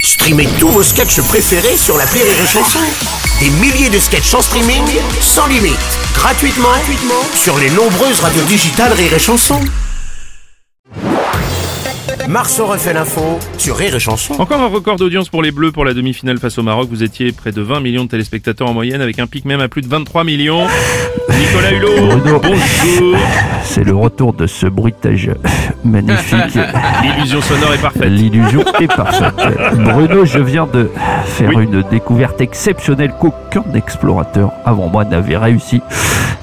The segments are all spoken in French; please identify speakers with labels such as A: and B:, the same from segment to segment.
A: Streamez tous vos sketchs préférés sur la Rire et Chanson. Des milliers de sketchs en streaming, sans limite, gratuitement, gratuitement sur les nombreuses radios digitales Rire et Chanson. Marceau refait l'info sur Rire et Chanson.
B: Encore un record d'audience pour les Bleus pour la demi-finale face au Maroc. Vous étiez près de 20 millions de téléspectateurs en moyenne avec un pic même à plus de 23 millions. Nicolas Hulot,
C: Bruno.
B: bonjour.
C: C'est le retour de ce bruitage magnifique.
B: L'illusion sonore est parfaite.
C: L'illusion est parfaite. Bruno, je viens de faire une découverte exceptionnelle qu'aucun explorateur avant moi n'avait réussi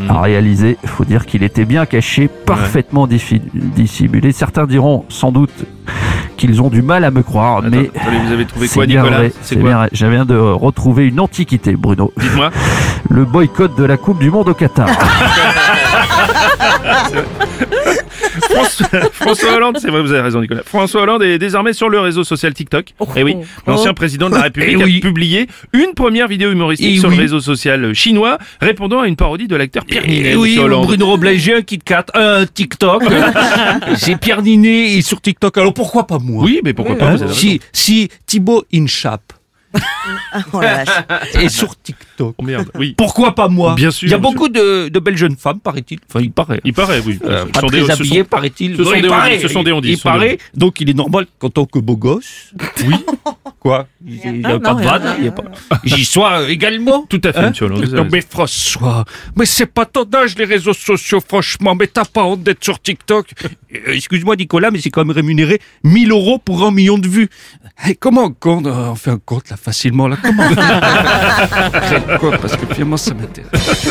B: Hmm.
C: à réaliser. Faut dire qu'il était bien caché, parfaitement diffi- dissimulé. Certains diront sans doute qu'ils ont du mal à me croire,
B: Attends,
C: mais
B: attendez, vous avez trouvé
C: c'est
B: quoi,
C: bien
B: Nicolas
C: vrai.
B: C'est
C: C'est
B: quoi
C: bien vrai. Je viens de retrouver une antiquité, Bruno.
B: Dites-moi.
C: Le boycott de la Coupe du Monde au Qatar.
B: François, François Hollande, c'est vrai, vous avez raison, Nicolas. François Hollande est désormais sur le réseau social TikTok. Eh oui, l'ancien président de la République
D: Eh
B: a
D: oui.
B: publié une première vidéo humoristique
D: Eh
B: sur le
D: oui.
B: réseau social chinois, répondant à une parodie de l'acteur Pierre Ninet.
D: Eh oui,
B: Monsieur Hollande.
D: Bruno Robles, j'ai un Kit Kat, un TikTok, j'ai Pierre Ninet et sur TikTok. Alors pourquoi pas moi
B: Oui, mais pourquoi pas
D: Hein
B: vous avez raison.
D: Si, si Thibaut Inchap Oh est sur TikTok.
B: Oh merde, oui.
D: Pourquoi pas moi
B: Bien sûr,
D: Il y a
B: bien
D: beaucoup de, de belles jeunes femmes, paraît-il. Enfin, il paraît.
B: Il paraît, oui.
D: Euh,
B: Ce
D: pas
B: sont
D: très
B: des- ce
D: habillées,
B: sont-
D: paraît-il.
B: ce sont
D: Il
B: des
D: paraît,
B: on-dit, ce sont des on-dit,
D: Il
B: ce sont des
D: paraît, donc il est normal qu'en tant que beau gosse, oui, quoi, il n'y a, pas de vanne, il y a pas- j'y sois également. Hein
B: Tout à fait, monsieur Hollande, vous avez
D: Non mais François, mais c'est pas ton âge les réseaux sociaux, franchement, mais t'as pas honte d'être sur TikTok. Euh, Excuse-moi Nicolas, mais c'est quand même rémunéré 1000 euros pour un million de vues. Eh, comment on compte Euh, On fait un compte là facilement, là, comment on fait Quoi, Parce que finalement ça m'intéresse.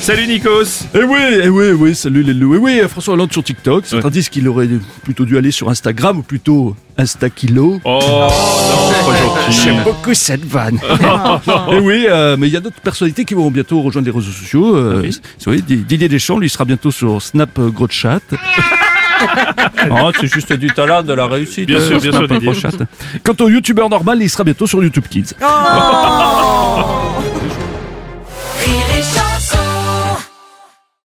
B: Salut Nikos
E: Eh oui, eh oui, eh oui, salut les loups. Eh oui, François Hollande sur TikTok. Certains
B: Ouais.
E: disent qu'il aurait plutôt dû aller sur Instagram ou plutôt Instakilo.
B: Oh non, pas gentil.
E: J'aime
D: beaucoup cette vanne.
B: Oh,
E: Eh oui, euh, mais il y a d'autres personnalités qui vont bientôt rejoindre les réseaux sociaux. Euh, c'est- oui, Di- Didier Deschamps, lui, sera bientôt sur Snap euh, Gros Oh, Chat.
D: c'est juste du talent, de la réussite.
B: Bien
E: euh,
B: sûr, bien sûr, Didier.
E: Quant au youtubeur normal, il sera bientôt sur YouTube Kids.